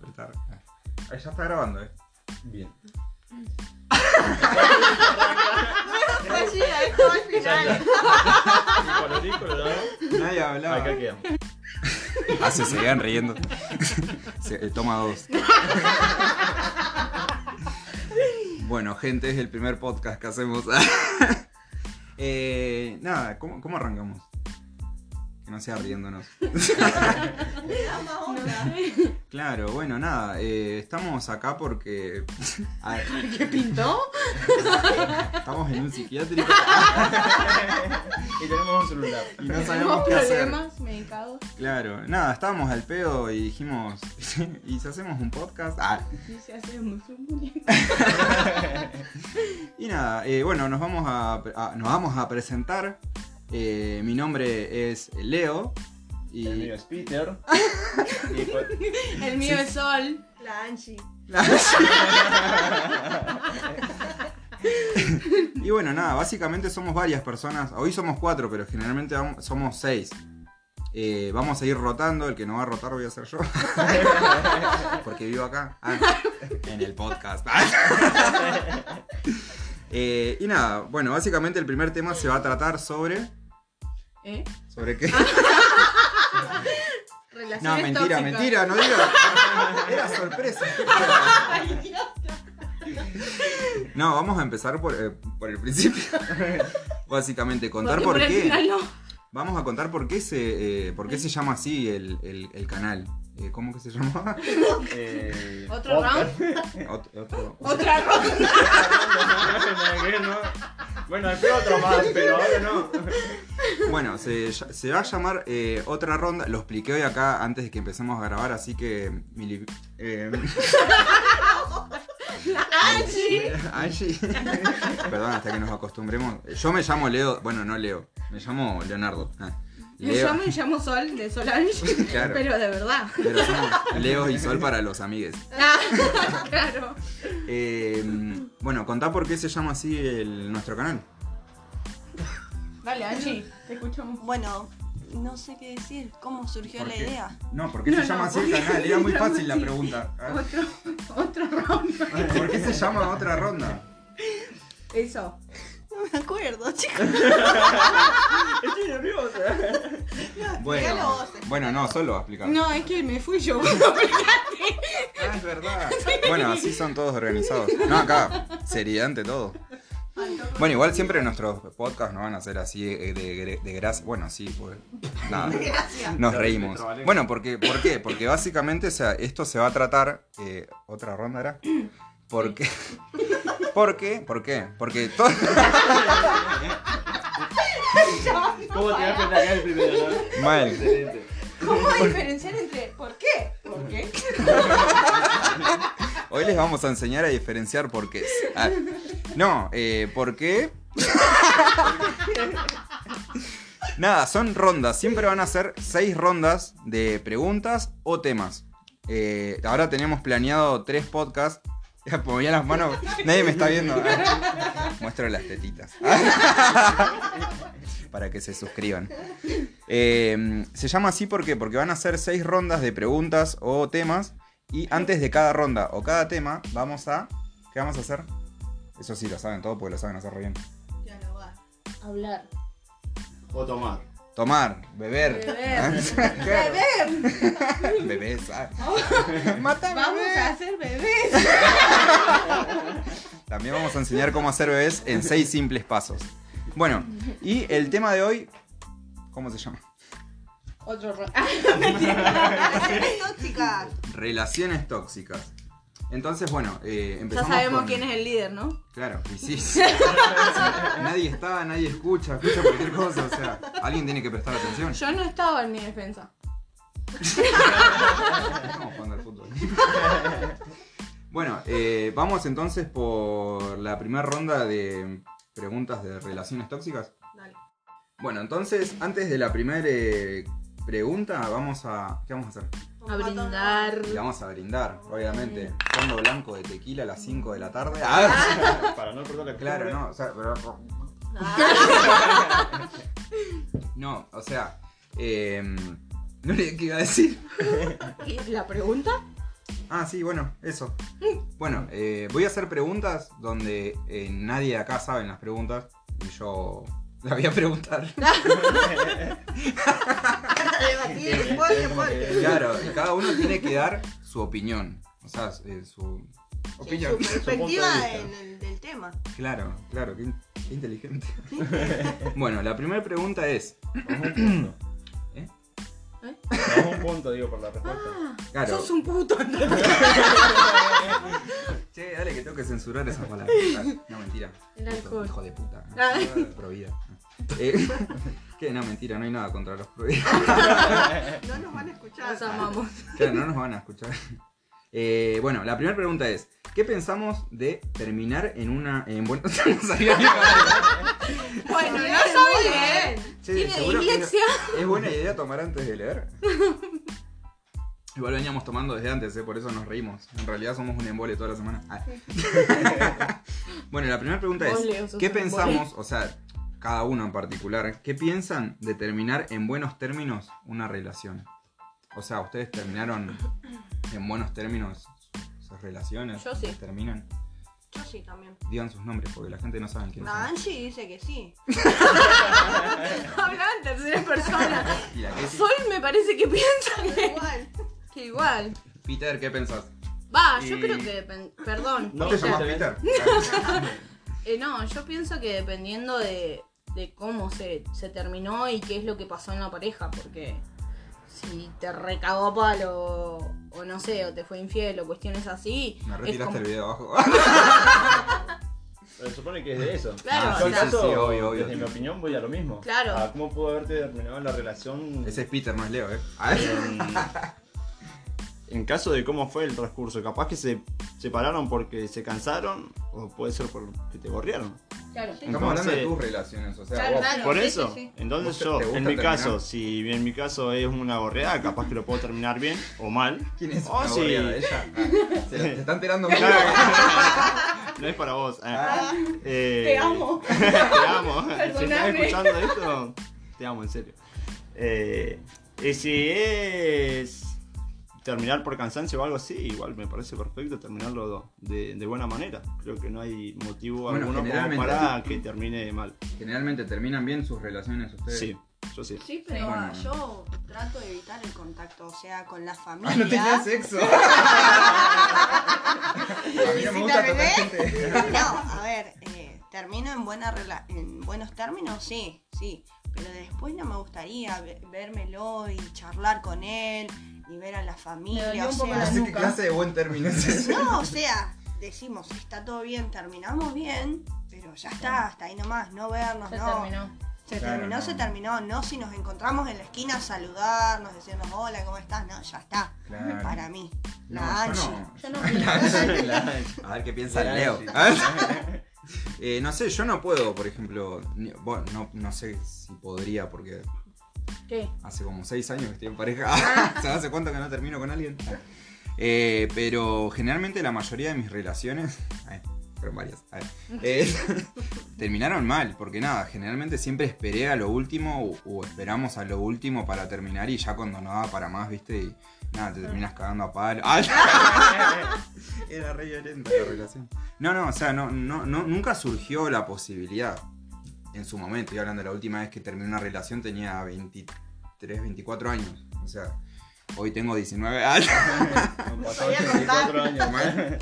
contar. Ah, Ya está grabando, eh. Bien. Fallida, esto va al Ya final. está. Y colorín colorado, Nadie hablaba. acá quedamos. Hace, Ah, se vean riendo. Se- eh, toma dos. Bueno, gente, es el primer podcast que hacemos. Eh, nada, ¿cómo, cómo arrancamos? Que no sea riéndonos. Le da más onda. Claro, bueno, nada, eh, estamos acá porque a ver, ¿Qué pintó? estamos en un psiquiátrico Y tenemos un celular. y no sabemos Tenemos qué hacer. problemas medicados. Claro, nada, estábamos al pedo y dijimos, ¿y si hacemos un podcast? Ah, Y se hacemos un muñeco. Y nada, eh, bueno, nos vamos a, pre- a- nos vamos a presentar. Eh, mi nombre es Leo. Y El mío es Peter. Y co- El mío es Sol. La Angie. y bueno, nada, básicamente somos varias personas. Hoy somos cuatro, pero generalmente vamos- somos seis. Eh, vamos a ir rotando, el que no va a rotar voy a ser yo. Porque vivo acá. Ah, en el podcast. Eh, y nada, bueno, básicamente el primer tema se va a tratar sobre. ¿Eh? ¿Sobre qué? Relaciones No, mentira, tóxicas. mentira, no digo. Era sorpresa. No, vamos a empezar por, eh, por el principio. Básicamente, contar por, Porque qué. Al final no. Vamos a contar por qué se, eh, por qué se llama así el, el- el canal. Eh, ¿Cómo que se llamaba? eh, ¿Otro podcast. Ot- otro- Otra ronda. Nada que ver, ¿no? Bueno, después otro más, pero ahora no. Bueno, se, ll- se va a llamar eh, otra ronda. Lo expliqué hoy acá antes de que empecemos a grabar, así que. Mili- eh, Ah, Angie. Angie. Ah, Perdón, hasta que nos acostumbremos. Yo me llamo Leo. Bueno, no Leo. Me llamo Leonardo. Ah, Leo. Yo me llamo Sol de Solange. Claro. Pero de verdad. Pero somos Leo y Sol para los amigues. Ah, claro. Eh, bueno, contá por qué se llama así el, nuestro canal. Dale, Angie. Te escuchamos. Bueno, no sé qué decir. ¿Cómo surgió ¿Por la qué? idea? No, ¿por qué No, se llama no, así el porque- canal? Era muy fácil la pregunta. Ah, Otro, otra ronda. ¿Por qué se llama otra ronda? Eso. No me acuerdo, chicos. Estoy nerviosa. Explícalo Bueno, vos, bueno no, solo a explicar. No, es que me fui yo. cuando peleaste. Ah, es verdad. Bueno, así son todos organizados. No, acá, seriedad ante todo. Bueno, igual siempre nuestros podcasts no van a ser así eh, de, gre- de gracia. Bueno, sí, pues. Nada. Nos reímos. Bueno, porque, ¿por qué? Porque básicamente o sea, esto se va a tratar. eh, ¿Otra ronda era? ¿Por qué? ¿Por qué? ¿Por qué? Porque todo. ¿Cómo te vas a pensar acá el primero, no? Mal. Excelente. ¿Cómo diferenciar entre por qué? ¿Por qué? Hoy les vamos a enseñar a diferenciar por qué. Ah, no, eh, ¿por qué? Nada, son rondas. Siempre van a ser seis rondas de preguntas o temas. Eh, ahora tenemos planeado tres podcasts. Ya, Como ya las manos, nadie me está viendo. Ah, Muestro las tetitas. Para que se suscriban. Eh, se llama así porque, porque van a ser seis rondas de preguntas o temas. Y antes de cada ronda o cada tema, vamos a. ¿Qué vamos a hacer? Eso sí, lo saben todo porque lo saben hacer re bien. Hablar. O tomar. Tomar, beber. Beber. Beber. Bebés. ah. Mata Vamos bebés. a hacer bebés. También vamos a enseñar cómo hacer bebés en seis simples pasos. Bueno, y el tema de hoy. ¿Cómo se llama? Otro ro- tóxica. Relaciones tóxicas. Entonces, bueno, eh, Ya empezamos. sabemos con- quién es el líder, ¿no? Claro, y sí. sí. nadie está, nadie escucha, escucha cualquier cosa. O sea, alguien tiene que prestar atención. Yo no estaba en mi defensa. Estamos jugando al fútbol. bueno, eh, vamos entonces por la primera ronda de preguntas de relaciones tóxicas. Dale. Bueno, entonces, antes de la primera eh, pregunta, vamos a. ¿Qué vamos a hacer? A brindar. Le vamos a brindar, obviamente. Fondo blanco de tequila a las 5 de la tarde. Ah, Para no perder la claro, costumbre. no. O sea, pero- no, o eh, sea. em, no le qué iba a decir. ¿Y la pregunta? Ah, sí, bueno, eso. Bueno, eh, voy a hacer preguntas donde eh, nadie de acá sabe las preguntas y yo las voy a preguntar. Claro, cada uno tiene que dar su opinión. O sea, eh, su opinión. Su perspectiva punto de en vista. el- del tema. Claro, claro, qué, in- qué inteligente. Bueno, la primera pregunta es, Vamos un punto. ¿Eh? ¿Eh? Vamos un punto, digo, por la respuesta. claro, Ah, Sos un puto. che, dale que tengo que censurar esas palabras. Dale, No, mentira. El Puto, alcohol. Hijo de puta. Ah. Provida. Eh, que no, mentira, no hay nada contra los prohibidos. No nos van a escuchar. Los amamos. Claro, no nos van a escuchar. Eh, bueno, la primera pregunta es, ¿qué pensamos de terminar en una... en Buenos Aires? Bueno, Bien, no sabía, bueno. ¿eh? Tiene dislexia. ¿Es buena idea tomar antes de leer? Igual veníamos tomando desde antes, ¿eh? por eso nos reímos. En realidad somos un embole toda la semana. Ah. bueno, la primera pregunta Vos, es, Leo, sos ¿qué un embole. pensamos, o sea, cada uno en particular, qué piensan de terminar en buenos términos una relación? O sea, ¿ustedes terminaron en buenos términos sus relaciones? Yo sí. ¿Ustedes ¿Terminan? Yo sí también. Digan sus nombres porque la gente no sabe quiénes La son. Angie dice que sí. Hablaba en tercera persona. Y la Keti. Sol me parece que piensa que, Igual. que igual. Peter, ¿qué pensás? Va, Y- yo creo que depen- Perdón. No, ¿Te Peter. llamás te- Peter? Eh, no, yo pienso que dependiendo de, de cómo se, se terminó y qué es lo que pasó en la pareja, porque si te recagó a palo o, o no sé, o te fue infiel o cuestiones así. Me es retiraste como- el video abajo. Se supone que es de eso. Claro, Ah, Yo sí, o al sí, sea, caso, sí, obvio, obvio. desde mi opinión, voy a lo mismo. Claro. A cómo pudo haberte terminado la relación. Ese es Peter, no es Leo, ¿eh? A ver. en, en caso de cómo fue el transcurso. Capaz que se separaron porque se cansaron o puede ser porque te borrearon. claro. Estamos hablando de Entonces- tus relaciones, o sea, Claro, vos- claro. Por sí, eso, sí, sí. entonces ¿Vos te- yo, te gusta en mi terminar? caso, si en mi caso es una borreada, capaz que lo puedo terminar bien o mal. ¿quién es? O una si- gorriada? ella. Ah, se, se está enterando mucho. Claro. No es para vos. eh. Ah, Eh, Te amo. te amo. Si estás Perdóname. escuchando esto, te amo, en serio. Eh, y si es terminar por cansancio o algo así, igual me parece perfecto terminarlo de, de buena manera. Creo que no hay motivo Bueno, alguno como generalmente para que termine mal. Generalmente terminan bien sus relaciones ustedes. Sí, yo sí. Sí, pero Bueno. ah, yo trato de evitar el contacto, o sea, con la familia. Ah, no tenía sexo. A mí no me gusta tocar gente. No, a ver, eh, termino en, buena rela- en buenos términos, sí, sí. Pero después no me gustaría ve- vérmelo y charlar con él y ver a la dolió familia. O un poco No sea, sé qué clase de buen término es ese. no, o sea, decimos, está todo bien, terminamos bien, pero ya está, hasta ahí nomás, no vernos, Se no. terminó. Se Claro, terminó, no. se terminó, no si nos encontramos en la esquina saludarnos, decirnos hola, ¿cómo estás? No, ya está. Claro. Para mí. No, la yo Angie. no. Yo no. A ver qué piensa La Leo. Angie. Eh, no sé, yo no puedo, por ejemplo. ni- bueno, no, no sé si podría, porque ¿Qué? hace como seis años que estoy en pareja. O sea, ¿Hace cuánto que no termino con alguien? Eh, pero generalmente la mayoría de mis relaciones, ay, fueron varias, ay, eh, terminaron mal, porque nada, generalmente siempre esperé a lo último o, o esperamos a lo último para terminar y ya cuando no daba para más, viste, y nada, te terminas cagando a palo. Ay. Era re violenta la relación. No, no, o sea, no, no, no, nunca surgió la posibilidad en su momento. Y hablando de la última vez que terminé una relación tenía 23, 24 años. O sea, hoy tengo 19 años. Me pasó sabía contar. 24 años. man.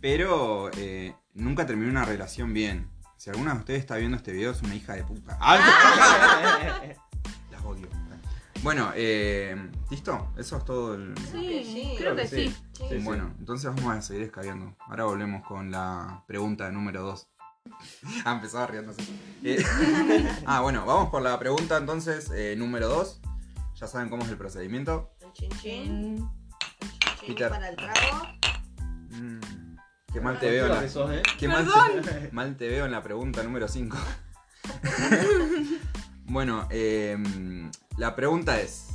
Pero eh, nunca terminé una relación bien. Si alguna de ustedes está viendo este video, es una hija de puta. Ah. Las odio. Bueno, eh, ¿listo? Eso es todo el... Sí, sí, creo que, sí. Sí, sí. Bueno, entonces vamos a seguir escabeando. Ahora volvemos con la pregunta número 2. ah, empezaba riéndose. Eh, ah, bueno, vamos por la pregunta entonces eh, número 2. Ya saben cómo es el procedimiento. El chin chin, Mm, el chin chin Peter. para el trago. Mm, qué mal te veo en Cultura la, que sos, ¿eh? qué mal, te, mal te veo en la pregunta número 5. bueno, em, la pregunta es...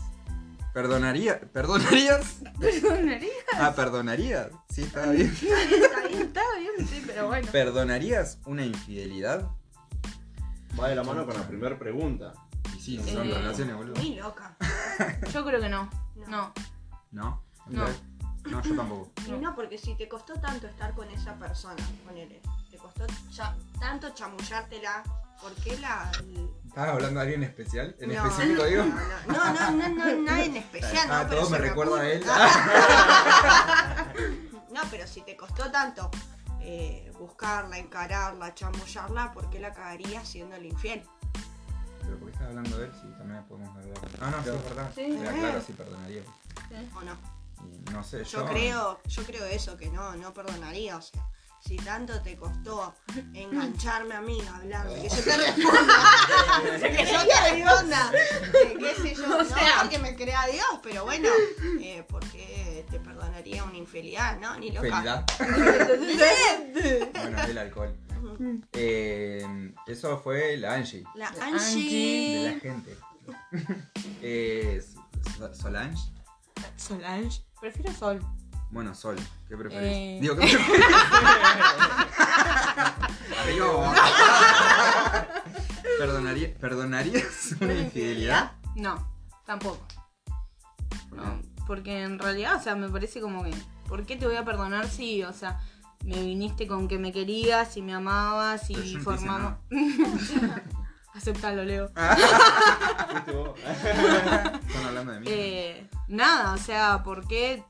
¿Perdonaría, ¿Perdonarías? Perdonaría. Ah, ¿perdonarías? Sí, está bien. Está bien, está bien, sí, pero bueno. ¿Perdonarías una infidelidad? Va de la mano con la primera pregunta. Y sí, Eh, son relaciones, boludo. Muy loca. Yo creo que no. No. ¿No? No. Ok. No, yo tampoco. Y no, porque si te costó tanto estar con esa persona, ponele, te costó cha- tanto chamullártela, ¿por qué la...? ¿Estabas hablando de alguien especial? ¿En no, específico digo? No, no, no, no, no, nada en especial, Ah, no, pero todo se me recuerda a él. ocurre. No, pero si te costó tanto eh, buscarla, encararla, chamullarla, ¿por qué la cagarías siendo el infiel? Pero porque estás hablando de él, sí, también podemos hablar. Ah, no, sí, es verdad. Sí. Era claro, sí, perdonaría. ¿O no? Y no sé, yo. Yo creo, yo creo eso, que no, no perdonaría, o sea. Si tanto te costó engancharme a mí, hablarme, que yo te responda, que yo te responda, eh, qué sé yo, O no sea. porque me crea Dios, pero bueno, eh, porque te perdonaría una infidelidad, ¿no? Ni loca. Felicidad. Bueno, el alcohol. Eh, eso fue la Angie. La La Angie. De la gente. Eh, Sol- Solange. Solange. Prefiero Sol. Bueno, Sol, ¿qué preferís? Eh. Digo, ¿qué preferís? Arriba o abajo. ¿Perdonaría- ¿Perdonarías una infidelidad? No, tampoco. No, porque en realidad, o sea, me parece como que, ¿por qué te voy a perdonar si, o sea, me viniste con que me querías y me amabas Pero yo y no te hice formamos... Aceptalo, Leo. Fuiste vos. Están hablando de mí. Eh, nada, o sea, ¿por qué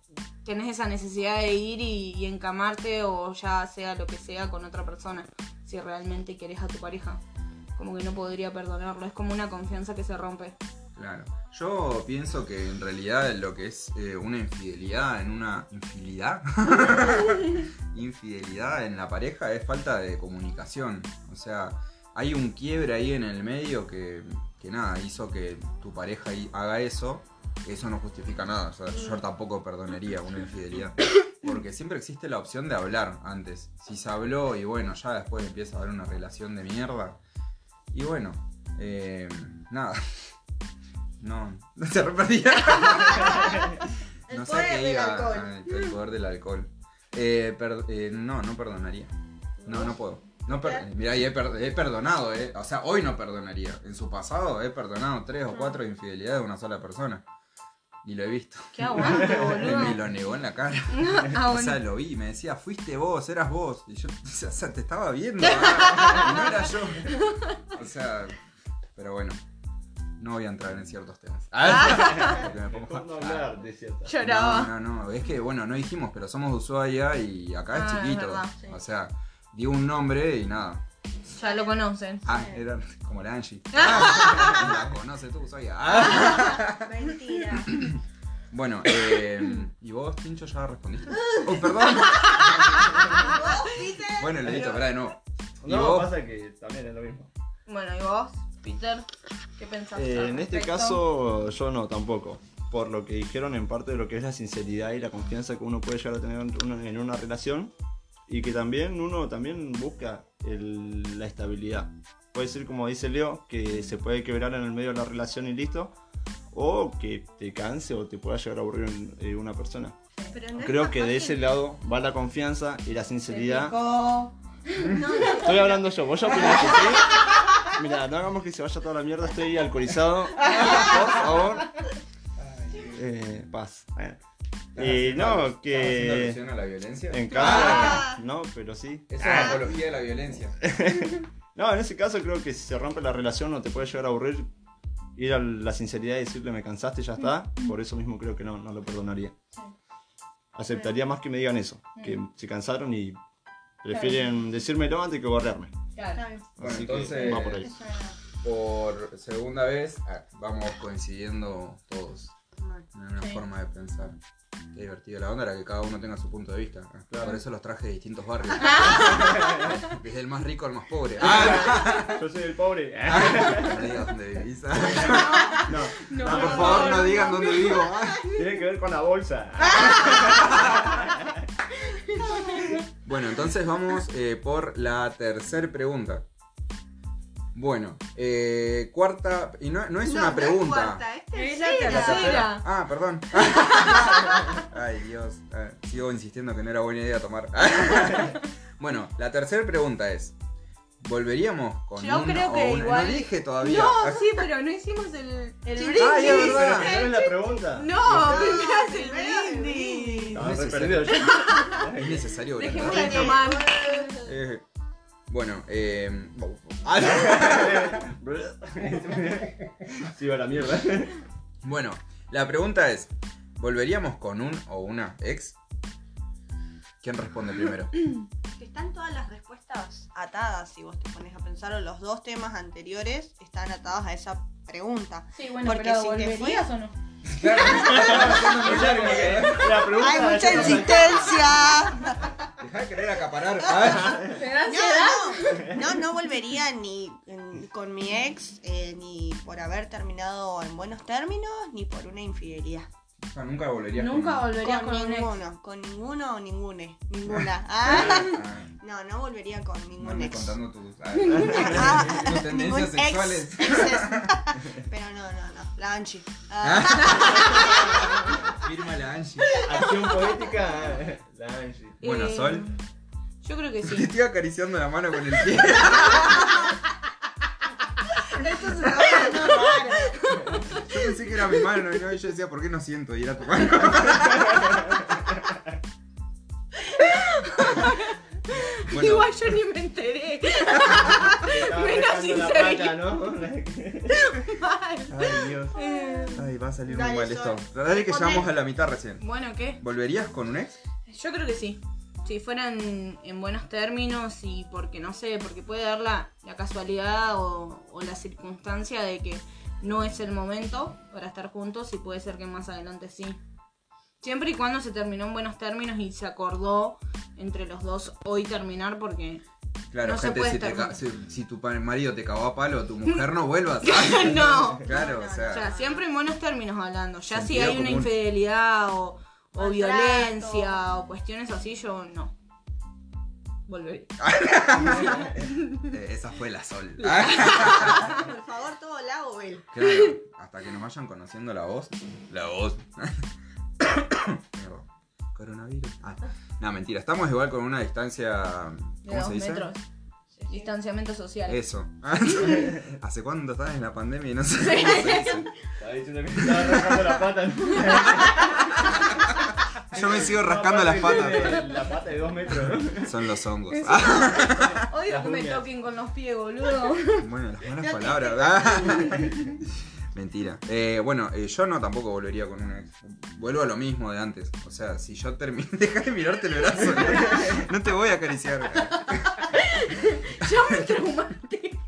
tenés esa necesidad de ir y, y encamarte o ya sea lo que sea con otra persona si realmente querés a tu pareja? Como que no podría perdonarlo, es como una confianza que se rompe. Claro. Yo pienso que en realidad lo que es eh, una infidelidad en una infidelidad, infidelidad en la pareja es falta de comunicación. O sea, hay un quiebre ahí en el medio que, que nada, hizo que tu pareja ahí haga eso. Eso no justifica nada. O sea, yo tampoco perdonaría una infidelidad. Porque siempre existe la opción de hablar antes. Si se habló y bueno, ya después empieza a haber una relación de mierda. Y bueno, eh, nada. No, no se repetía. El no sé poder qué del diga alcohol. ah, el, el poder del alcohol. Eh, per- eh, no, no perdonaría. No, no puedo. No per- Mirá, y he, per- he perdonado, eh. O sea, hoy no perdonaría. En su pasado he perdonado tres o cuatro infidelidades de una sola persona. Y lo he visto. ¡Qué aguante, Y me boludo! lo negó en la cara. Ah, O sea, bueno. lo vi, me decía, fuiste vos, eras vos. Y yo, o sea, te estaba viendo. ah, y no era yo. O sea, pero bueno. No voy a entrar en ciertos temas. Porque me pongo- ah, Mejor no hablar de cierta. Lloraba. no, no, no, es que bueno, no dijimos, pero somos de Ushuaia y acá Ah, es es chiquito. verdad, sí. O sea, dio un nombre y nada. Ya lo conocen. Ah, era como la Angie. Ah, la conoces tú, Ushuaia. Ah. Mentira. Bueno, eh, ¿y vos, Pincho, ya respondiste? Oh, perdón. bueno, le he dicho, pará de nuevo. ¿Y No, vos? pasa que también es lo mismo. Bueno, ¿y vos, Peter? ¿Qué pensás? Eh, al en este respecto? caso, yo no, tampoco. Por lo que dijeron en parte de lo que es la sinceridad y la confianza que uno puede llegar a tener en una, en una relación. Y que también uno también busca el- la estabilidad. Puede ser, como dice Leo, que se puede quebrar en el medio de la relación y listo. O que te canse o te pueda llegar a aburrir un- eh, una persona. Pero no es Creo capaz que de ese lado va la confianza y la sinceridad. No, no, Estoy hablando yo, vos ya opinás que sí. Mira, no hagamos que se vaya toda la mierda, estoy alcoholizado. Por favor. Eh, paz. Bueno. Eh, no, ¿Estás haciendo que. alusión a la violencia? En Ah. casa. No, pero sí. Esa es Ah. la apología de la violencia. No, en ese caso creo que si se rompe la relación no te puede llegar a aburrir. Ir a la sinceridad y decirle me cansaste, ya está. Mm. Por eso mismo creo que no, no lo perdonaría. Aceptaría más que me digan eso. Que Mm. se cansaron y prefieren decírmelo antes que borrarme. está bien. Bueno, Así que entonces- va por ahí. Eso era- Por segunda vez ah, vamos coincidiendo todos no. en una Sí. forma de pensar. Qué divertido la onda era que cada uno tenga su punto de vista. Ah, Por eso los traje de distintos barrios. Desde el más rico al más pobre. Ah, Yo soy el pobre. Ah, no digas dónde vivís. Ah, No, por favor, no digan dónde vivo. Ah. tiene que ver con la bolsa. Bueno, entonces vamos eh, por la tercera pregunta. Bueno, eh, cuarta. Y no, no es No, una no pregunta. cuarta, es Es la tercera. tercera. Ah, perdón. Ay, Dios. Ah, Sigo insistiendo que no era buena idea tomar. bueno, la tercera pregunta es: volveríamos con Yo un creo o que una- igual- No dije todavía. No, sí, pero no hicimos el, el Sí. brindis. Ah, es verdad. Pero no es la pregunta. No, primero es primero el el brindis. Estaba re Sí, sí. perdido yo. Es necesario Dejemos agrandar. de tomar. Eh, bueno, eh, Se iba a la mierda. bueno, la pregunta es, ¿volveríamos con un o una ex? ¿Quién responde primero? Que están todas las respuestas atadas, si vos te pones a pensar, o los dos temas anteriores están atados a esa pregunta. Sí, bueno, Porque pero si te ¿volverías fui- o no? O sea, como que la pregunta ¡Hay la mucha yo- insistencia! Dejá de querer acaparar. Ah, ¿Te da ansiedad? No, no, no, no volvería ni en- con mi ex, eh, ni por haber terminado en buenos términos, ni por una infidelidad. no, nunca volverías Nunca con volverías Con, con, un ex. ninguno, con ninguno o ningune, ninguna. Ah, Ah, no, no volvería con no ningún andes ex. contando tus, ah, Ah, tus tendencias ningún ex, sexuales. exes. Pero no, no, no, la Ah. Anchi. Ah. Firma la Angie. Acción poética, la Angie. Bueno, Eh, Sol. Yo creo que Le sí. estoy acariciando la mano con el pie. Yo pensé que era mi mano y no, y yo decía, ¿por qué no siento? Y era tu mano. Bueno, Igual yo ni me enteré. Menos Estaba pescando la sinceridad. pata, ¿no? Mal. Ay, Dios. Eh, Ay, va a salir Dale, muy mal Sol. esto. Dale que Poné. llegamos a la mitad recién. Bueno, ¿qué? ¿Volverías con un ex? Yo creo que sí. Si fueran en buenos términos y porque no sé, porque puede dar la, la casualidad o, o la circunstancia de que no es el momento para estar juntos y puede ser que más adelante sí. Siempre y cuando se terminó en buenos términos y se acordó entre los dos hoy terminar porque... Claro, No se gente, puede si, te estar ca- si, si tu pa- marido te cagó a palo, tu mujer no vuelvas. no. Claro, o O sea. sea, siempre en buenos términos hablando. Ya si Sentido hay una común. infidelidad o, o Maltrato. violencia o cuestiones así, yo no. Volvería. eh, Esa fue la sol. Por favor, todo la o él. Claro, hasta que nos vayan conociendo la voz. La voz. Mierda. Coronavirus. Ah, no, mentira. Estamos igual con una distancia. De ¿Cómo dos se dice? metros. Distanciamiento social. Eso. ¿Hace cuánto estás en la pandemia y no sé cómo se dice? Estaba diciendo que estaba rascando la pata. Yo me sigo rascando las patas. pero La pata de dos metros, ¿no? Son los hongos. Ah, Odio Las que me uñas. toquen con los pies, boludo. bueno, las malas palabras. Ah. Mentira. Eh, bueno, eh, yo no tampoco volvería con una ex. Vuelvo a lo mismo de antes. O sea, si yo termino. Deja de mirarte el brazo. No te voy a acariciar. Ya me traumaté.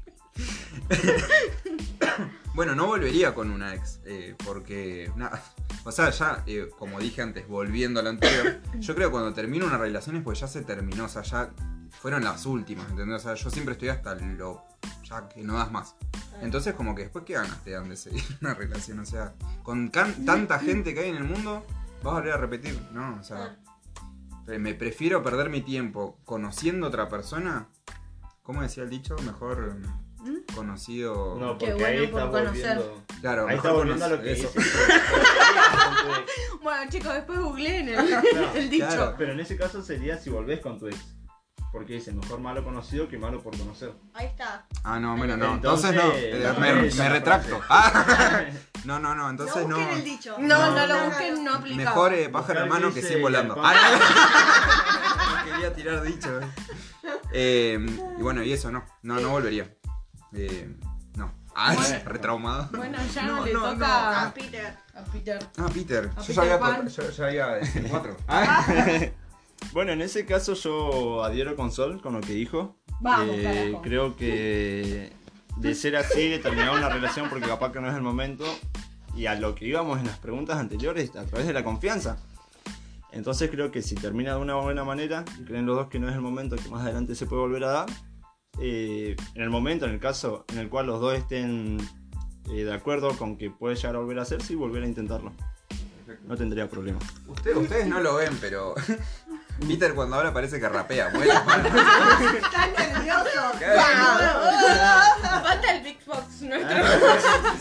Bueno, no volvería con una ex, eh, porque, na- o sea, ya, eh, como dije antes, volviendo a lo anterior, yo creo que cuando termino una relación es porque ya se terminó, o sea, ya fueron las últimas, ¿entendés? O sea, yo siempre estoy hasta lo, ya que no das más. Entonces, como que después, ¿qué ganas te dan de seguir una relación? O sea, con can- tanta gente que hay en el mundo, vas a volver a repetir, ¿no? O sea, eh, me prefiero perder mi tiempo conociendo otra persona, ¿cómo decía el dicho? Mejor eh, conocido... No, Qué porque bueno ahí por está conocer. volviendo. Claro, Ahí está mejor volviendo a lo conocer- que eso. hice. Bueno, chicos, después googleen el, el dicho. claro. Pero en ese caso sería si volvés con tu ex. Porque dice, mejor malo conocido que malo por conocer. Ahí está. Ah, no, bueno, no. Entonces, Entonces, no. eh, no, me, no, me esa retracto. frase. Ah, no, no, no. Entonces no no. busquen el dicho. No, no, No, lo no, busquen, no aplica. Mejor eh, pájaro Buscar hermano que dice sí volando. y halcón. Ah, no. No quería tirar dicho. Eh, y bueno, y eso no. No, no volvería. Eh, no. Ah, Bueno. retraumado. Bueno, ya no, No, le no, toca no. Ah, A, Peter. a Peter. Ah, Peter. A Yo ya Peter había, Pan. to- yo, yo había eh, cuatro. Ah, Bueno, en ese caso yo adhiero con Sol, con lo que dijo. Vamos, Eh, carajo. creo que de ser así, de terminar una relación porque capaz que no es el momento. Y a lo que íbamos en las preguntas anteriores, a través de la confianza. Entonces creo que si termina de una buena manera y creen los dos que no es el momento que más adelante se puede volver a dar, eh, en el momento, en el caso en el cual los dos estén eh, de acuerdo con que puede llegar a volver a hacerse y volver a intentarlo, no tendría problema. Usted- ustedes no lo ven, pero. Peter cuando habla parece que rapea. Bueno, Está nervioso. Ah. Ah. Falta el Big Fox, ¿no?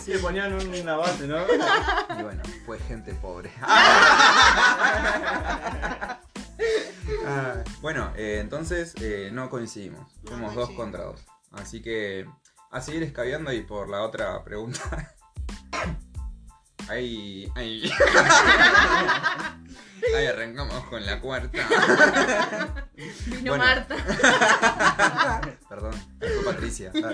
Sí, le ponían una base, ¿no? Y bueno, fue gente pobre. Ah, bueno, eh, entonces eh, no coincidimos. No Somos dos coincidimos. contra dos. Así que a seguir escabeando y por la otra pregunta. Ahí, ahí. Ahí arrancamos con la cuarta. Vino Bueno. Marta. Perdón, fue Patricia. Ah.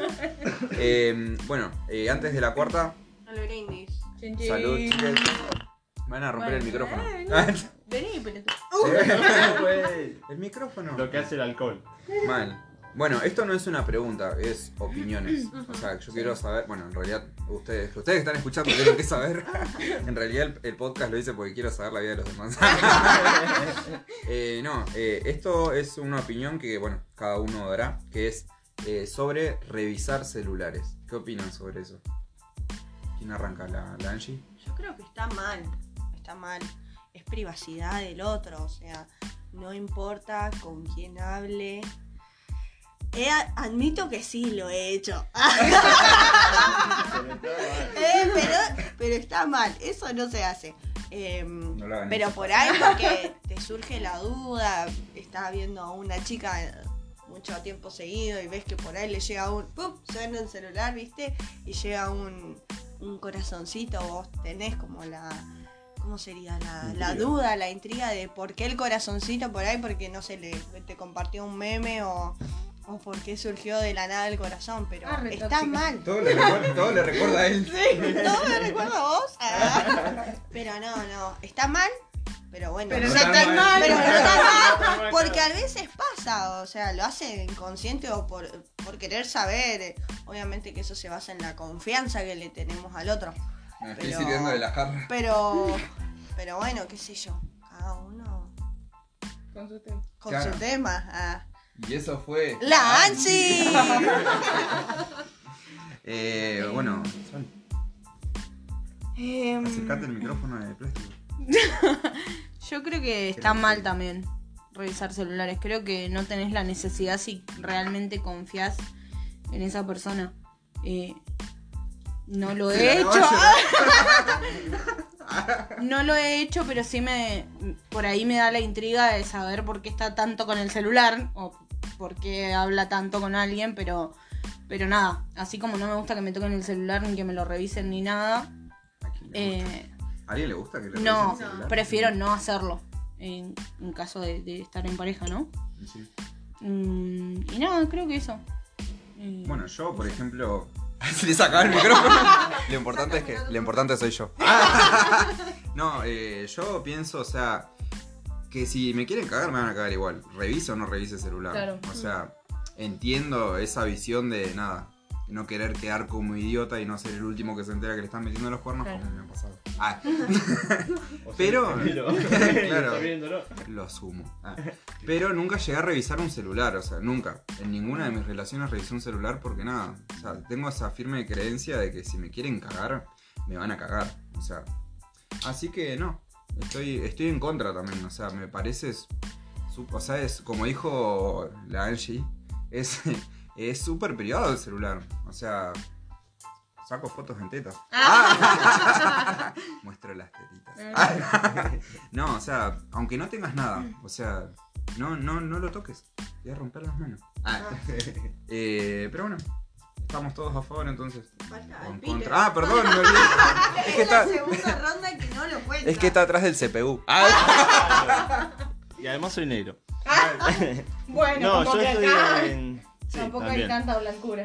Eh, bueno, eh, antes de la cuarta, Al brindis. Chin, chin. salud, chicas. Van a romper el Bueno, Uh. micrófono. eh, Vení, pelotudo. Güey, el micrófono. Lo que hace el alcohol. Mal. Bueno, esto no es una pregunta, es opiniones. O sea, yo quiero saber, bueno, en realidad ustedes, ustedes que están escuchando tienen que saber. En realidad el, el podcast lo hice porque quiero saber la vida de los demás. Eh, no, eh, esto es una opinión que, bueno, cada uno dará, que es eh, sobre revisar celulares. ¿Qué opinan sobre eso? ¿Quién arranca la, la Angie? Yo creo que está mal, está mal. Es privacidad del otro, o sea, no importa con quién hable. He a- admito que sí lo he hecho, Eh, pero, pero está mal, eso no se hace. Em, No lo hagan. pero por ahí porque te surge la duda, estás viendo a una chica mucho tiempo seguido y ves que por ahí le llega un, ¡pum! suena el celular, ¿viste? Y llega un, un corazoncito, vos tenés como la, ¿cómo sería? La, la Intriga. duda, la intriga de por qué el corazoncito por ahí, porque no sé, le, te compartió un meme o, o por qué surgió de la nada el corazón, pero Ah, re está tóxica. mal. Todo le recuerda, todo le recuerda a él. Sí, todo me recuerda a vos. Ah. Pero no, no. Está mal, pero bueno. Pero no no tan mal. pero no está mal, porque a veces pasa, o sea, lo hace inconsciente o por, por querer saber. Obviamente que eso se basa en la confianza que le tenemos al otro. Me estoy Pero- sirviendo de la jarra. Pero, pero bueno, qué sé yo, cada uno Con su tema. con Claro. su tema. Ah. Y eso fue... ¡La Ansi! Eh, bueno, Sol, Em, acercate el micrófono de plástico. Yo creo que está mal también revisar celulares. Creo que no tenés la necesidad si realmente confías en esa persona. Eh, no lo he hecho. No lo he hecho, pero sí me. Por ahí me da la intriga de saber por qué está tanto con el celular o por qué habla tanto con alguien, pero. Pero nada, así como no me gusta que me toquen el celular ni que me lo revisen ni nada, ¿A quién le gusta? eh, ¿A alguien le gusta que le no, revisen el celular? prefiero no hacerlo en, en caso de, de estar en pareja, ¿no? Sí. Mm, y nada, creo que eso. Eh, Bueno, yo, por ejemplo. Se le sacaba el micrófono. lo importante es que. Lo importante soy yo. no, eh, yo pienso, o sea. Que si me quieren cagar, me van a cagar igual. Revise o no revise celular. Claro. O sea, entiendo esa visión de nada. No querer quedar como idiota y no ser el último que se entera que le están metiendo los cuernos Claro. como me ha pasado. Ah, Pero- Pero. Claro. Está viéndolo. lo asumo. Ah. Pero nunca llegué a revisar un celular, o sea, nunca. En ninguna de mis relaciones revisé un celular porque nada. O sea, tengo esa firme creencia de que si me quieren cagar, me van a cagar. O sea, así que no. Estoy, estoy en contra también, o sea, me parece. s- su- O sea, es como dijo la Angie, es es súper privado el celular. O sea, saco fotos en tetas. Ah, Ah, Muestro las tetitas. No, o sea, aunque no tengas nada, o sea, no, no, no lo toques. Te voy a romper las manos. Eh, pero bueno, estamos todos a favor entonces. O en contra. Ah, perdón, me olvidé. Es que está, segunda ronda que no lo cuenta. es que está atrás del CPU. Ah. Y además soy negro. Bueno, no, como yo que estoy acá. en. Sí, Tampoco hay también. tanta blancura.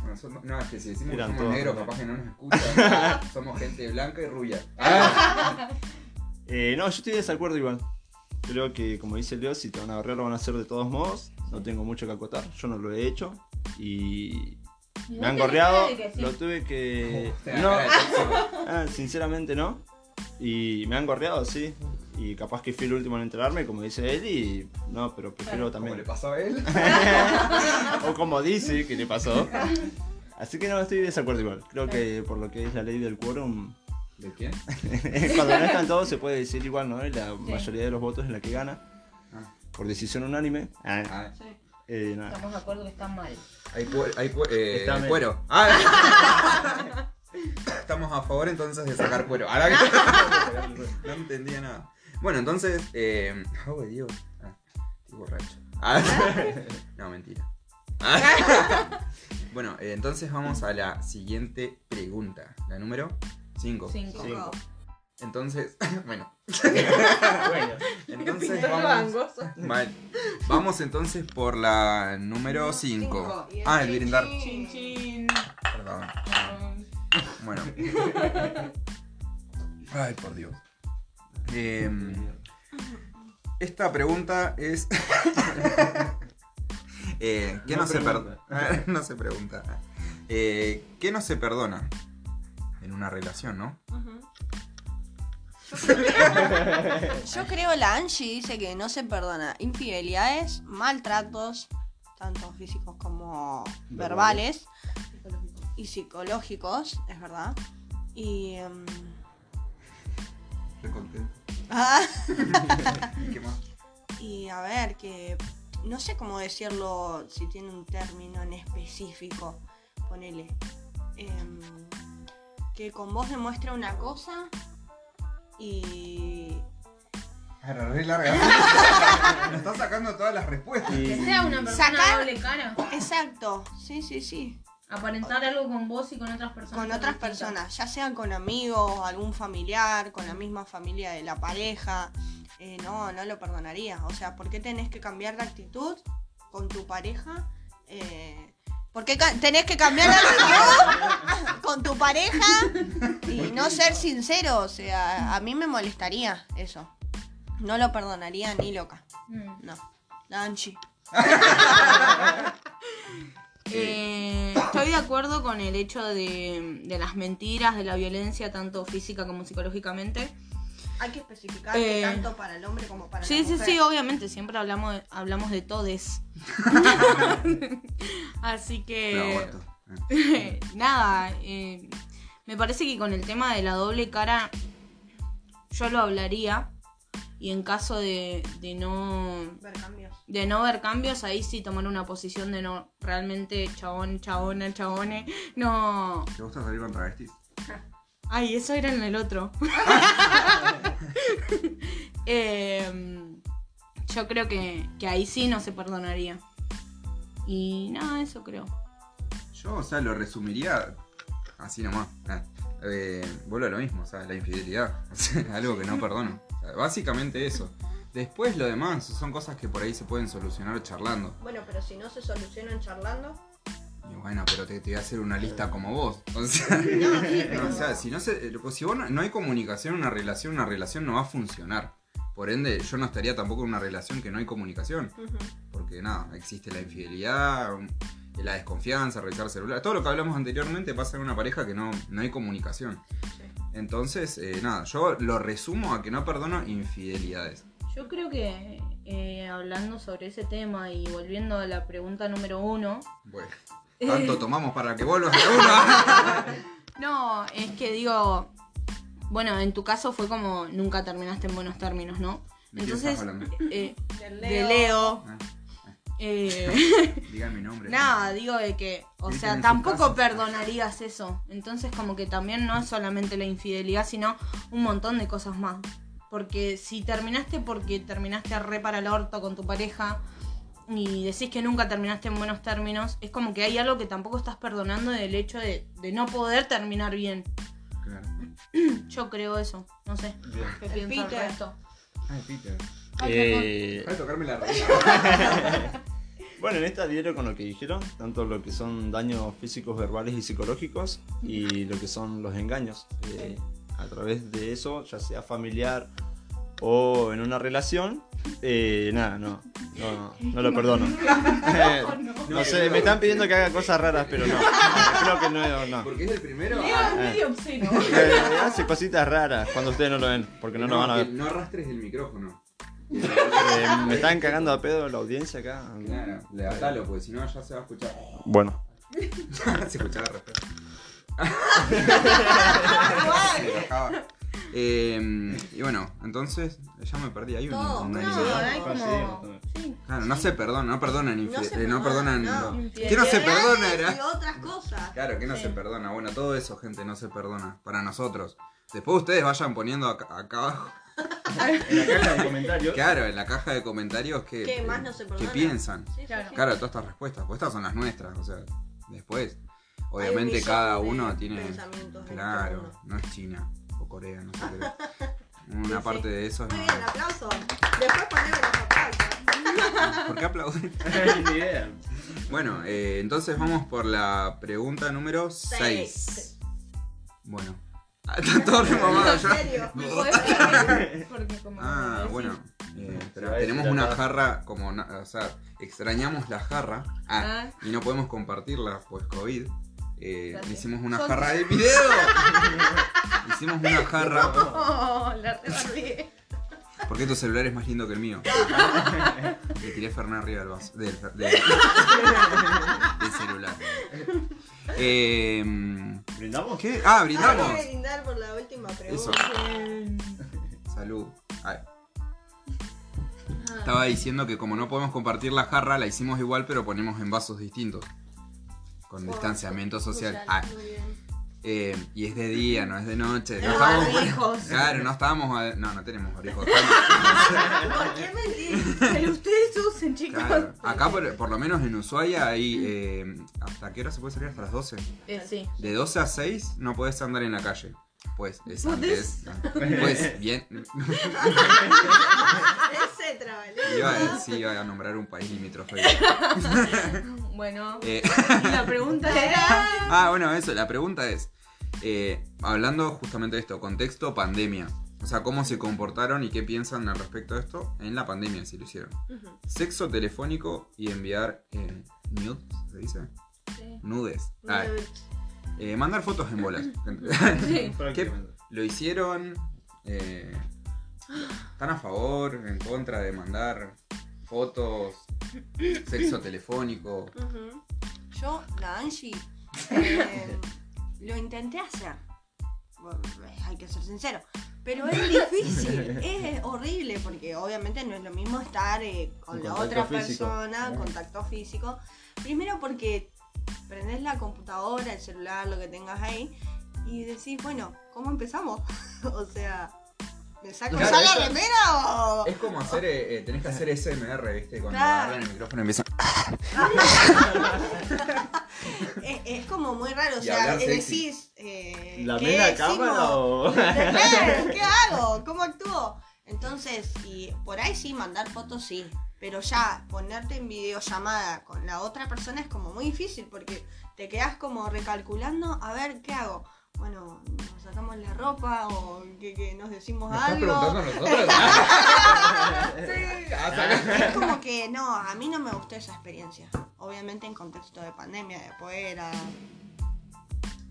Bueno, somos- no, es que si decimos que Eran somos todos. negros, capaz que no nos escuchan. somos gente blanca y rubia. Ah. Eh, no, yo estoy de desacuerdo igual. Creo que, como dice Leo, si te van a agarrar, lo van a hacer de todos modos. No tengo mucho que acotar. Yo no lo he hecho. Y. Me han gorreado. Lo tuve que. No, ah, sinceramente no. Y me han gorreado, sí. Y capaz que fui el último en enterarme, como dice él. Y. No, pero prefiero ¿Cómo le también. pasó a él? o como dice que le pasó. Así que no, estoy de desacuerdo igual. Creo que por lo que es la ley del quórum, ¿De quién? Cuando no están todos se puede decir igual, ¿no? Y La mayoría de los votos es la que gana. Ah. Por decisión unánime. Ah, Ah, eh, nada. Estamos de acuerdo que está mal. hay pu- hay pu- eh, Está medio. cuero. Ah. Estamos a favor entonces de sacar cuero. Ah, la- no entendía nada. Bueno, entonces. Eh... Oh, Dios. Ah, estoy borracho. Ah, no, mentira. bueno, eh, entonces vamos a la siguiente pregunta. La número 5. Cinco. Sí. Cinco. Entonces, bueno, Bueno, entonces Pintó lo vamos. gangoso. Mal. Vamos entonces por la número 5. Cinco. Y el Ah, el brindar. Chin, chin. Perdón. Bueno. Ay, por Dios. Em, esta pregunta es. Eh, ¿Qué no, No se pregunta. perdona? no se pregunta. Eh, ¿Qué no se perdona? En una relación, ¿no? Yo creo la Angie dice que no se perdona infidelidades, maltratos, tanto físicos como verbales, Verbales. y psicológicos, es verdad. Y. em, Estoy contento. ah, ¿Y qué más? y a ver, que. No sé cómo decirlo si tiene un término en específico. Ponele. em, que con vos demuestra una cosa y. Ahora, re larga. Me está sacando todas las respuestas. y- Que sea una persona Sacar- doble cara. Exacto, sí, sí, sí. Aparentar algo con vos y con otras personas. con otras distintas. personas, ya sean con amigos, algún familiar, con la misma familia de la pareja. eh, no, no lo perdonaría. O sea, ¿por qué tenés que cambiar de actitud con tu pareja? Eh, ¿Por qué ca- tenés que cambiar de actitud con tu pareja y no ser sincero? O sea, a mí me molestaría eso. No lo perdonaría ni loca. Mm. No. Nanchi. Eh, estoy de acuerdo con el hecho de, de las mentiras, de la violencia, tanto física como psicológicamente. Hay que especificar que Eh, tanto para el hombre como para Sí, la sí, mujer. sí, obviamente, siempre hablamos de, hablamos de todes. Así Pero que, aborto. nada, eh, me parece que con el tema de la doble cara, yo lo hablaría. Y en caso de, de no Ver cambios. de no ver cambios, ahí sí tomar una posición de no realmente chabón, chabona, chabone. No. ¿Te gusta salir con travestis? Ay, eso era en el otro. Eh, yo creo que, que ahí sí no se perdonaría. Y nada, eso creo. Yo, o sea, lo resumiría así nomás. Ah, eh, vuelvo a lo mismo, o sea, la infidelidad. O sea, algo que no perdono. O sea, básicamente eso. Después lo demás son cosas que por ahí se pueden solucionar charlando. Bueno, pero si no se solucionan charlando. Y bueno, pero te, te voy a hacer una lista como vos. O sea, no, o sea, si, no se, eh, pues si vos no, no hay comunicación en una relación, una relación no va a funcionar. Por ende, yo no estaría tampoco en una relación que no hay comunicación. Porque nada, existe la infidelidad, un- la desconfianza, revisar celular. Todo lo que hablamos anteriormente pasa en una pareja que no, no hay comunicación. Entonces, eh, nada, yo lo resumo a que no perdono infidelidades. Yo creo que eh, hablando sobre ese tema y volviendo a la pregunta número uno, Bueno, tanto tomamos para que vuelvas de una. No, es que digo, bueno, en tu caso fue como nunca terminaste en buenos términos, ¿no? ¿De quién estás Entonces, hablando? eh, Del de Leo, Ah, eh, Digan mi nombre. nada, digo de que, o Griten en sea, su tampoco casa. perdonarías eso. Entonces, como que también no es solamente la infidelidad, sino un montón de cosas más. Porque si terminaste porque terminaste re para el orto con tu pareja y decís que nunca terminaste en buenos términos, es como que hay algo que tampoco estás perdonando del hecho de, de no poder terminar bien. Claro. Yo creo eso, no sé. bien. ¿Qué piensa Peter. esto? Ay, Peter. Eh, Deja de tocarme la rodilla. Bueno, en esta adhiero con lo que dijeron, tanto lo que son daños físicos, verbales y psicológicos, y lo que son los engaños. Eh, a través de eso, ya sea familiar o en una relación, eh, nada, no, no, no, no lo perdono. Eh, no sé, me están pidiendo que haga cosas raras, pero no. Creo que no, no. Porque es el primero. Ah, Leo es medio obsceno. Eh, hace cositas raras cuando ustedes no lo ven, porque no lo van a que ver. No arrastres el micrófono. Eh, me están cagando a pedo la audiencia acá. Claro, levantalo, porque si no ya se va a escuchar. Bueno. se escuchaba al respecto. Se enojaba. Eh, y bueno, entonces ya me perdí. Hay un Todo, un- todo, un- ¿eh? hay como- Sí, Sí, Claro, no se perdona, no perdonan No infieles. se No perdona, perdonan. no. no. Infiel. ¿Qué no se Grandes perdona? Era? Y otras cosas. Claro, que no Sí. se perdona. Bueno, todo eso, gente, no se perdona. Para nosotros. Después ustedes vayan poniendo acá, acá abajo. En la caja de comentarios. Claro, en la caja de comentarios que, ¿Qué más no se que perdona? piensan. Sí, sí, Claro. sí. Claro, todas estas respuestas. Pues estas son las nuestras. O sea, después. Hay un Obviamente millón cada de uno tiene. pensamientos en cada Claro, uno. no es China o Corea, no sé qué. Una Sí, parte sí. de eso es Muy más. bien, aplauso. Después poneme los aplausos. ¿Por qué aplauden? Ni idea. Bueno, eh, entonces vamos por la pregunta número 6. Bueno. Ah, Están todos remamados En ya. serio. Porque- porque como Ah, decís, bueno. eh, pero Se va a tenemos decir una acá. jarra como... na- O sea, extrañamos la jarra. Ah, Ah. y no podemos compartirla, pues COVID. Eh, Gracias. hicimos una Son- jarra de video. hicimos una jarra... Oh, la repartí. Porque tu celular es más lindo que el mío. Le tiré Fernández arriba del vaso. Del, fer- del- del celular. Eh, ¿Brindamos? ¿Qué? Ah, Vamos a brindamos. brindar por la última Eso. pregunta. Salud. Ay. Estaba diciendo que como no podemos compartir la jarra, la hicimos igual, pero ponemos en vasos distintos. Con distanciamiento social. Ah, Muy bien. eh, y es de día, no es de noche. No Los estábamos. barbijos. Claro, no estábamos. a- No, no tenemos barbijos. Estamos- ¿Por qué mentís? Pero ustedes usen, chicos. Claro. Acá, por, por lo menos en Ushuaia, hay. eh, ¿Hasta qué hora se puede salir? Hasta las 12. Eh, sí. De 12 a 6 no puedes andar en la calle. Pues, es ¿Podés? antes. Pues, bien. Ese trabalé. Iba a, sí, iba a nombrar un país limítrofe. Bueno, Eh, y la pregunta era. ah, bueno, eso. La pregunta es: eh, hablando justamente de esto, contexto pandemia. O sea, cómo se comportaron y qué piensan al respecto de esto en la pandemia, si lo hicieron. Ujú. Sexo telefónico y enviar eh, nudes, ¿se dice? sí. Nudes. Ah, Eh, mandar fotos en bolas. Sí. ¿Qué? Lo hicieron. eh, ¿Están a favor, en contra de mandar fotos, sexo telefónico? Ujú. Yo, la Angie, eh, lo intenté hacer. Bueno, Hay que ser sincero. Pero es difícil, es horrible, porque obviamente no es lo mismo estar eh, con En la contacto otra físico. persona, en Ah. contacto físico. Primero porque prendés la computadora, el celular, lo que tengas ahí, y decís, bueno, ¿cómo empezamos? o sea, ¿me saco Claro, ya eso- la remera o...? Es como hacer, eh, eh, tenés que hacer SMR, ¿viste? Cuando Claro. agarran el micrófono y empiezan Es, es como muy raro, o Y sea, hablar eh, sexy. decís... Eh, ¿La ¿qué mera decimos? cámara o.? Claro, ¿Qué hago? ¿Cómo actúo? Entonces, y por ahí sí, mandar fotos sí. Pero ya ponerte en videollamada con la otra persona es como muy difícil porque te quedas como recalculando a ver qué hago. Bueno, nos sacamos la ropa o que, que nos decimos ¿Me estás preguntando algo. a nosotros? Sí. Ah, saca. Es como que no, a mí no me gustó esa experiencia. Obviamente en contexto de pandemia, después era.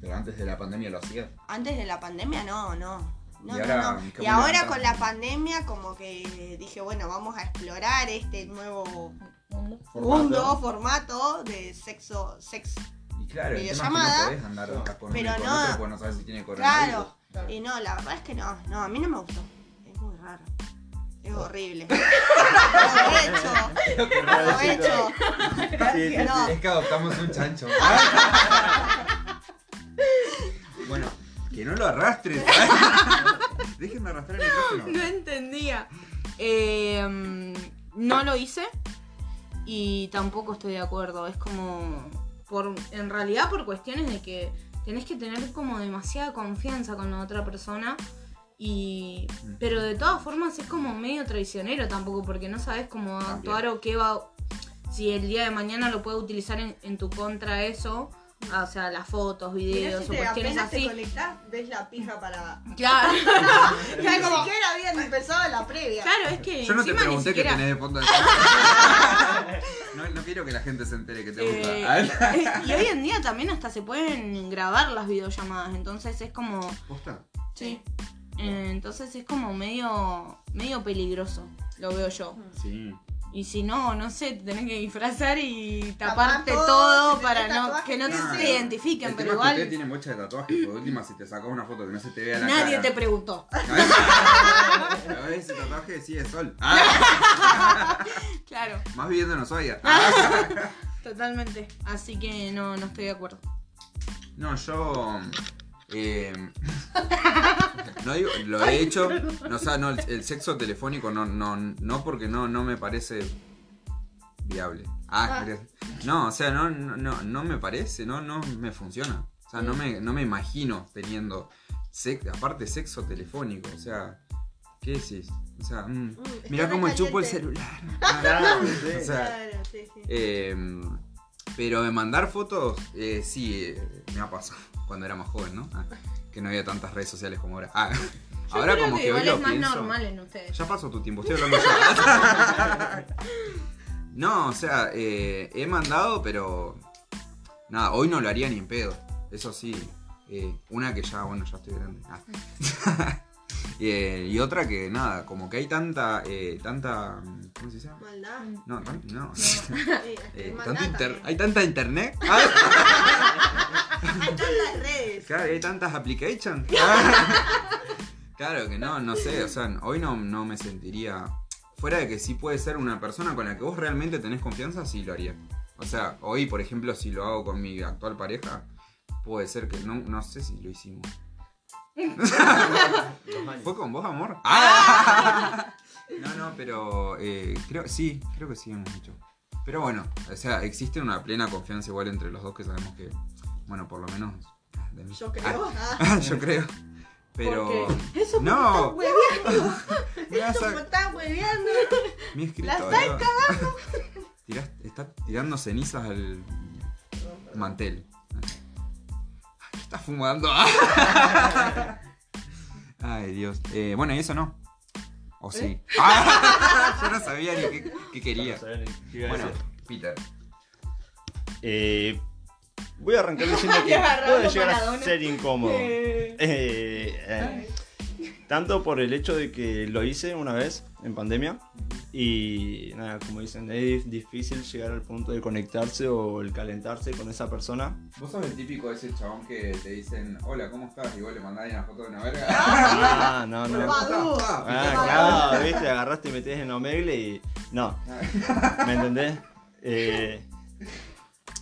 Pero antes de la pandemia lo hacías. Antes de la pandemia no, no. No, Y no, ahora, no. ¿qué Y muy ahora levantado? con la pandemia como que dije, bueno, vamos a explorar este nuevo mundo, formato de sexo, sexo. Y claro, el tema es que Videollamada. no podés andar acá con Pero uno y con no. otro porque no sabes si tiene coronavirus. Claro. Y no, la verdad es que no, no, a mí no me gustó. Es muy raro. Es horrible. Aprovecho, aprovecho. Sí, sí, No, Es que adoptamos un chancho. bueno, que no lo arrastres. ¿eh? Déjenme arrastrar el No micrófono. entendía. Eh, mm, no lo hice y tampoco estoy de acuerdo. Es como, por, en realidad por cuestiones de que tenés que tener como demasiada confianza con la otra persona. Y, Mm. pero de todas formas es como medio traicionero tampoco porque no sabes cómo va a También. actuar o qué va si el día de mañana lo puede utilizar en, en tu contra eso Ah, o sea las fotos Mirá videos si o te, cuestiones apenas te así conectás, ves la pija para... claro Ni siquiera habían empezado la previa. claro es que Yo no te encima ni pregunté qué siquiera- tenés de fondo de no, no quiero que la gente se entere que te gusta. Ah, Eh, A ver. y hoy en día también hasta se pueden grabar las videollamadas, entonces es como ¿Posta? Sí. eh, entonces es como medio medio peligroso, lo veo yo. Sí. Y si no, no sé, te tenés que disfrazar y Tapar taparte todo, todo, si para tenés no, tatuajes, que no sí, te sí. identifiquen, Ah. El pero tema es que igual ustedes tienen muchas de tatuajes. Por última, si te sacas una foto que no se te vea la nadie te cara. preguntó. te. A ver, ese tatuaje sí es sol. Ah, Claro, más viviendo en Ushuaia. Ah. totalmente. Así que no, no estoy de acuerdo. No, yo. eh, no digo, lo he hecho. No, o sea, no, el, el sexo telefónico no, no, no porque no, no me parece viable. Ah, querés- no, o sea, no, no, no, no me parece, no, no me funciona. O sea, no Mm. me, no me imagino teniendo sex- aparte sexo telefónico. O sea, ¿qué decís? O sea, mm, Mm, está mirá cómo re chupo el caliente. celular. Claro, sí. O sea, Claro, sí, sí. Em, pero de mandar fotos, eh, sí, eh, me ha pasado cuando era más joven, ¿no? Ah, que no había tantas redes sociales como ahora. Ah, Yo ahora creo como que, que, hoy igual lo es más pienso. normal en ustedes. Ya pasó tu tiempo, estoy hablando yo. no, o sea, eh, he mandado, pero nada, hoy no lo haría ni en pedo. Eso sí, eh, una que ya, bueno, ya estoy grande. Ah. y, eh, y otra que nada, como que hay tanta, eh, tanta, ¿cómo se dice? Maldad. No, tan- no. Sí, Eh, es maldad tanto inter- también. hay tanta internet. Ah, Hay tantas redes. claro, y hay tantas applications. Ah. claro que no, no sé. O sea, hoy no, no me sentiría. Fuera de que sí puede ser una persona con la que vos realmente tenés confianza, sí lo haría. O sea, hoy, por ejemplo, si lo hago con mi actual pareja, puede ser que no, no sé si lo hicimos. Dos años. ¿Fue con vos, amor? Ah. No, no, pero eh, creo, sí, creo que sí hemos hecho. Pero bueno, o sea, existe una plena confianza igual entre los dos que sabemos que, bueno, por lo menos... de mí. Yo creo. Ah, Ah, yo creo. Pero... Porque eso porque No. estás hueveando. Me vas a- me estás hueveando. Mi escritorio. Tirás- está tirando cenizas al mantel. Ay, ¿Qué estás fumando? Ay, Dios. Eh, bueno, y eso no. O sí. Ah, yo no sabía ni qué, qué quería. Vamos a ver qué iba a Bueno, decir. Peter. Eh, voy a arrancar diciendo Le que agarraba puede como llegar a Maradona. ser incómodo. Eh. Eh, eh, tanto por el hecho de que lo hice una vez en pandemia y nada, como dicen, es difícil llegar al punto de conectarse o el calentarse con esa persona. Vos sos el típico ese chabón que te dicen, hola, ¿cómo estás? Y vos le mandás una foto de una verga. Ah, no, no. Hola. Ah, claro, viste, agarraste y metés en Omegle y. No, ¿me entendés? Eh,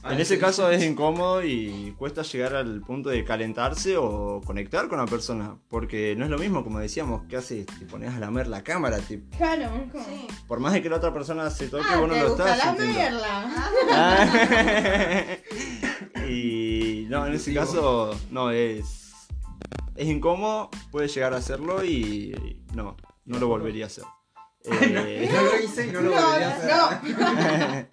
Ah, Ah, en ese caso es incómodo y cuesta llegar al punto de calentarse o conectar con la persona. Porque no es lo mismo, como decíamos, que haces? Te pones a lamer la cámara. te- Claro, es como- Sí. por más de que la otra persona se toque, Ah, vos no te lo gusta la estás sintiendo. merla. Ah. y no, en ese caso, no, es. Es incómodo, puede llegar a hacerlo y. No, no lo volvería a hacer. Eh, No lo hice y no lo volvería a hacer. No, no.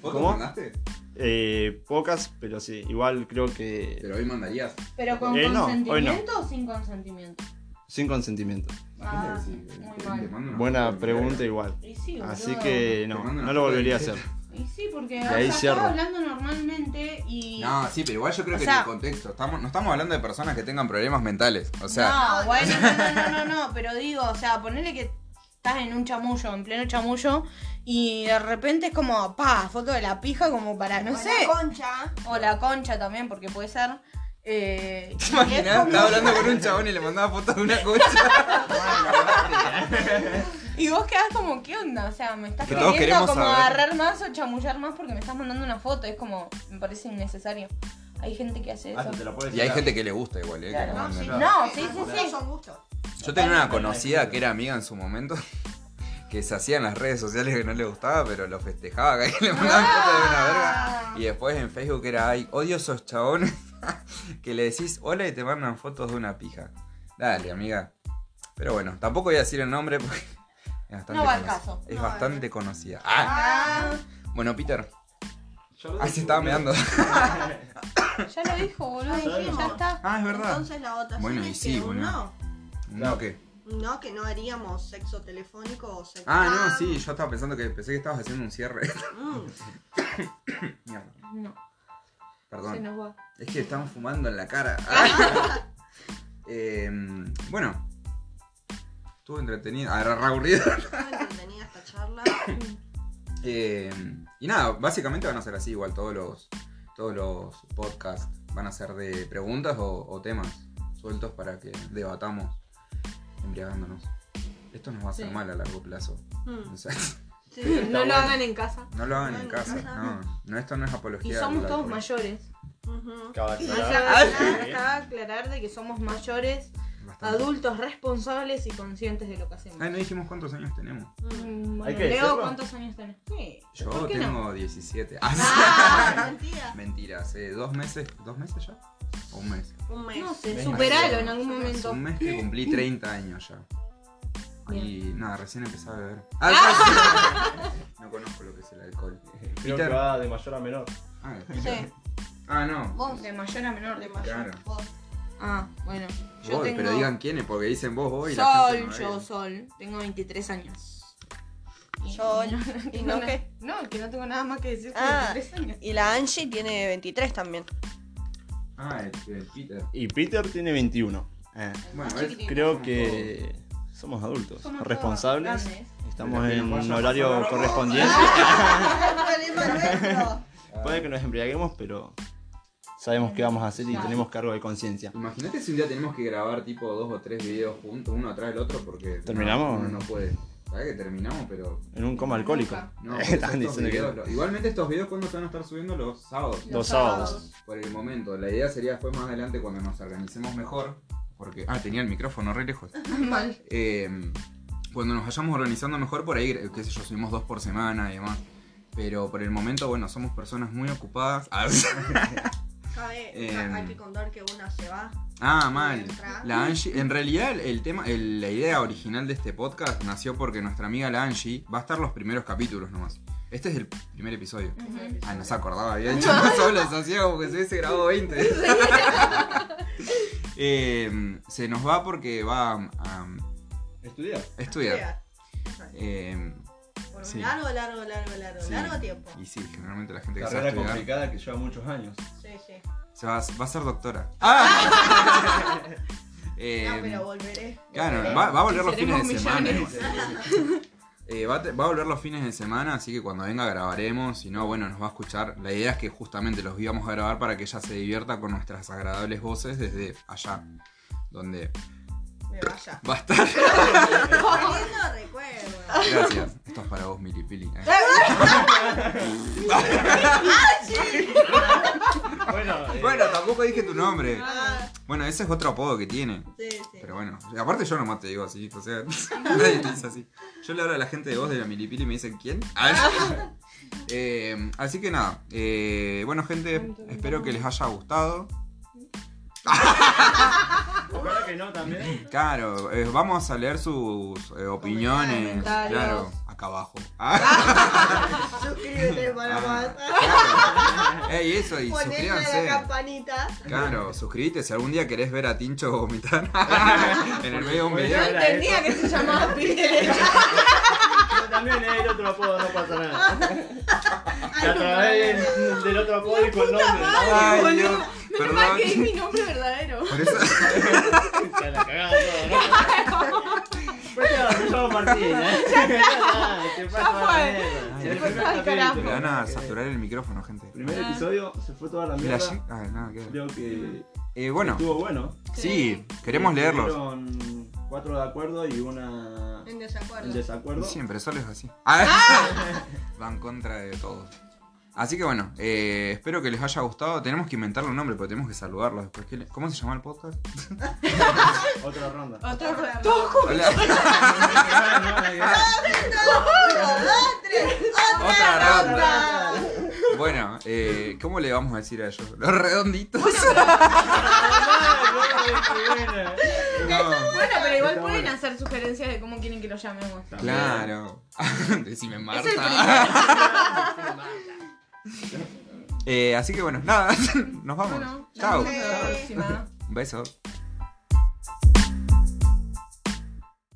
¿Vos ¿Cómo? te mandaste? eh, pocas, pero sí, igual creo que. Pero hoy mandarías. Pero con Eh, no, hoy no. consentimiento o sin consentimiento. Sin consentimiento. Ah, Sí, muy te mal. mando una Mm. foto Buena de mi pregunta, verga. igual. Y sí, Así boludo. que Te no, mando una no foto lo de volvería a mi hacer. Y sí, porque ahí o sea, cierro. estaba hablando normalmente y. No, sí, pero igual yo creo O que sea- en el contexto. Estamos, no estamos hablando de personas que tengan problemas mentales. O sea, no, bueno, no, no, no, no, no, pero digo, o sea, ponele que estás en un chamullo, en pleno chamullo, y de repente es como, pa, foto de la pija, como para, no Con sé, la concha. o la concha también, porque puede ser. Eh, ¿te imaginas? Estaba hablando con un chabón y le mandaba fotos de una concha. y vos quedás como, ¿qué onda? O sea, me estás Que todos queriendo queremos como saber. agarrar más o chamullar más porque me estás mandando una foto, es como, me parece innecesario. Hay gente que hace eso. Hasta Ah, te la puedes Y hay sacar. gente que le gusta igual, eh. que Claro. le No, mandan. sí, No, sí, sí, Algunos sí. Son gustos. Yo tenía una conocida que era amiga en su momento. Que se hacía en las redes sociales que no le gustaba, pero lo festejaba que le mandaban fotos de una verga. Ah. Y después en Facebook era, ay, odio esos chabones que le decís hola y te mandan fotos de una pija. Dale, amiga. Pero bueno, tampoco voy a decir el nombre porque es bastante, No va al conoci- caso. Es No, bastante conocida. Ah. Ah, Bueno, Peter, Yo lo ah, dije, se estaba boludo. meando. Ya lo dijo, boludo, Ya lo ya dijimos. está. Ah, es verdad. Entonces la votación Bueno, y es sí, que un boludo. no. No, ¿qué? No, que no haríamos sexo telefónico o sexo. Ah, no, sí, yo estaba pensando que pensé que estabas haciendo un cierre. Mm, Mierda, No, perdón. se nos va. Es que están Ah. Ah, Ah, fumando en la cara. Em, bueno, Estuvo entretenida, ah, re aburrida. Estaba entretenida esta charla. Eh, y nada, básicamente van a ser así igual todos los, todos los podcasts. Van a ser de preguntas o, o temas sueltos para que debatamos embriagándonos. Esto nos va a hacer Sí. mal a largo plazo. Mm. O sea, Sí. No lo hagan en casa. no lo hagan No, en en casa. casa. No, no, esto no es apología. Y del somos todos alcohol. mayores. Ujú. Acaba de Ah, Acaba aclarar. acaba- acaba de aclarar de que somos mayores, Bastante. adultos responsables y conscientes de lo que hacemos. Ay, no dijimos cuántos años tenemos. Mm. Mm, ¿Hay Bueno, que Leo, decirlo? ¿cuántos años tenés? Sí. Yo ¿Por qué tengo no? 17. Ah, Ah, mentira. Mentira, hace dos meses. ¿Dos meses ya? ¿O un mes? Un mes. No sé, Ves, superalo Marcelo. en algún momento. Un mes que cumplí 30 años ya. Y nada, recién empecé a beber. Ah, No conozco lo que es el alcohol. Creo que Peter. va de mayor a menor. Ah, Sí, ah, no. vos de mayor a menor de mayor. Claro. Vos. Ah, bueno. Yo Vos, tengo pero digan quiénes, porque dicen vos, vos y la gente Sol, no yo ve. Sol. Tengo 23 años. Sol, Y ¿y no qué? No, que no tengo nada más que decir que Ah. 23 años. Y la Angie tiene 23 también. Ah, el, el Peter. Y Peter tiene 21. Eh, Bueno, Más ¿ves? chiquitín. creo somos que somos adultos, Somos todos responsables. grandes. Estamos Pero que en nos vaya a horario pasar correspondiente. Ah, nuestro. Ah. Puede que nos embriaguemos, pero sabemos qué vamos a hacer y Claro. tenemos cargo de conciencia. Imagínate si un día tenemos que grabar tipo dos o tres videos juntos, uno atrás del otro, porque. no, ¿Terminamos? uno no puede. Sabes que terminamos, pero. En un coma alcohólico. No, por eso Están estos diciendo videos que lo- Igualmente estos videos cuando se van a estar subiendo los sábados. los sábados. Por el momento, la idea sería después más adelante cuando nos organicemos mejor. Porque. Ah, tenía el micrófono re lejos. Mal. Eh, cuando nos vayamos organizando mejor, por ahí, qué sé yo, subimos dos por semana y demás. Pero por el momento, bueno, somos personas muy ocupadas. Ah, Cabe, Em. hay que contar que una se va. Ah, mal. La Angie, en realidad el- el tema, el- la idea original de este podcast nació porque nuestra amiga la Angie va a estar los primeros capítulos nomás. Este es el primer episodio. Ujú. Ah, no se acordaba, había hecho más solos, hacía como que se hubiese grabado 20. Eh, se nos va porque va a, a Estudiar. estudiar. Llega. Eh, Por un Sí. largo, largo, largo, largo, Sí. largo tiempo. y sí, generalmente la gente que se va a Carrera estudiar complicada que lleva muchos años. Sí, sí. se va, a- va a ser doctora. ¡Ah! Eh, No, pero volveré. Claro, va, va a volver los Seremos fines de semana. millones. Eh, va, a te- va a volver los fines de semana, así que cuando venga grabaremos. Si no, bueno, nos va a escuchar. La idea es que justamente los íbamos a grabar para que ella se divierta con nuestras agradables voces desde allá, donde Me vaya. va a estar. Eh, Lindo recuerdo. Gracias. Esto es para vos, Milipili. Eh. Bueno, eh, Bueno, tampoco dije tu nombre. Ah, Bueno, ese es otro apodo que tiene. sí, sí. Pero bueno, aparte yo nomás te digo así, o sea, nadie te dice así. Yo le hablo a la gente de voz de la Milipili y me dicen, ¿quién? Ah. Eh, así que nada, eh, bueno gente, espero que les haya gustado. ojalá que no también. Claro, eh, vamos a leer sus eh, opiniones, Comentarios. claro, acá abajo. Ah, Suscríbete para Ah. más. claro. Ey, eso, y Ponete la suscríbanse. campanita. Claro, suscríbete si algún día querés ver a Tincho vomitar en el medio de un Porque video. No entendía que se llamaba Peter. Yo también es el otro apodo, no pasa nada. Te atrapé en- del otro apodo y con nombre. Ay, boludo. Dios, Menos mal que es perdón. mi nombre verdadero. Por eso... ¿no? Se la cagaba todo, ¿no? Pues yo, me llamo Martín, ¿eh? Ah, te pasa fue. la mierda. Te El fue primer al capítulo. carajo. Ah. Me van a Eh, saturar el micrófono, gente. El primer episodio se fue toda la Y la mierda. ye- ah, nada, qué- Creo que Eh, bueno, estuvo bueno. sí, queremos leerlos. Fueron cuatro de acuerdo y una En en desacuerdo. desacuerdo. Siempre, solo es así. Ah. Van contra de todos. Así que bueno, eh, espero que les haya gustado. Tenemos que inventarle un nombre, pero tenemos que saludarlos después. ¿Qué le- ¿Cómo se llama el podcast? Otra ronda. Otro todos juntos. Hola. Otra ronda. Bueno, eh, ¿cómo le vamos a decir a ellos? Los redonditos. No. Bueno, pero igual Está pueden bueno. hacer sugerencias de cómo quieren que lo llamemos. Claro. Decime Es el Marta. primero. Eh, así que bueno, nada, nos vamos. Bueno, nos Chao. vemos la próxima. Un beso. Chao.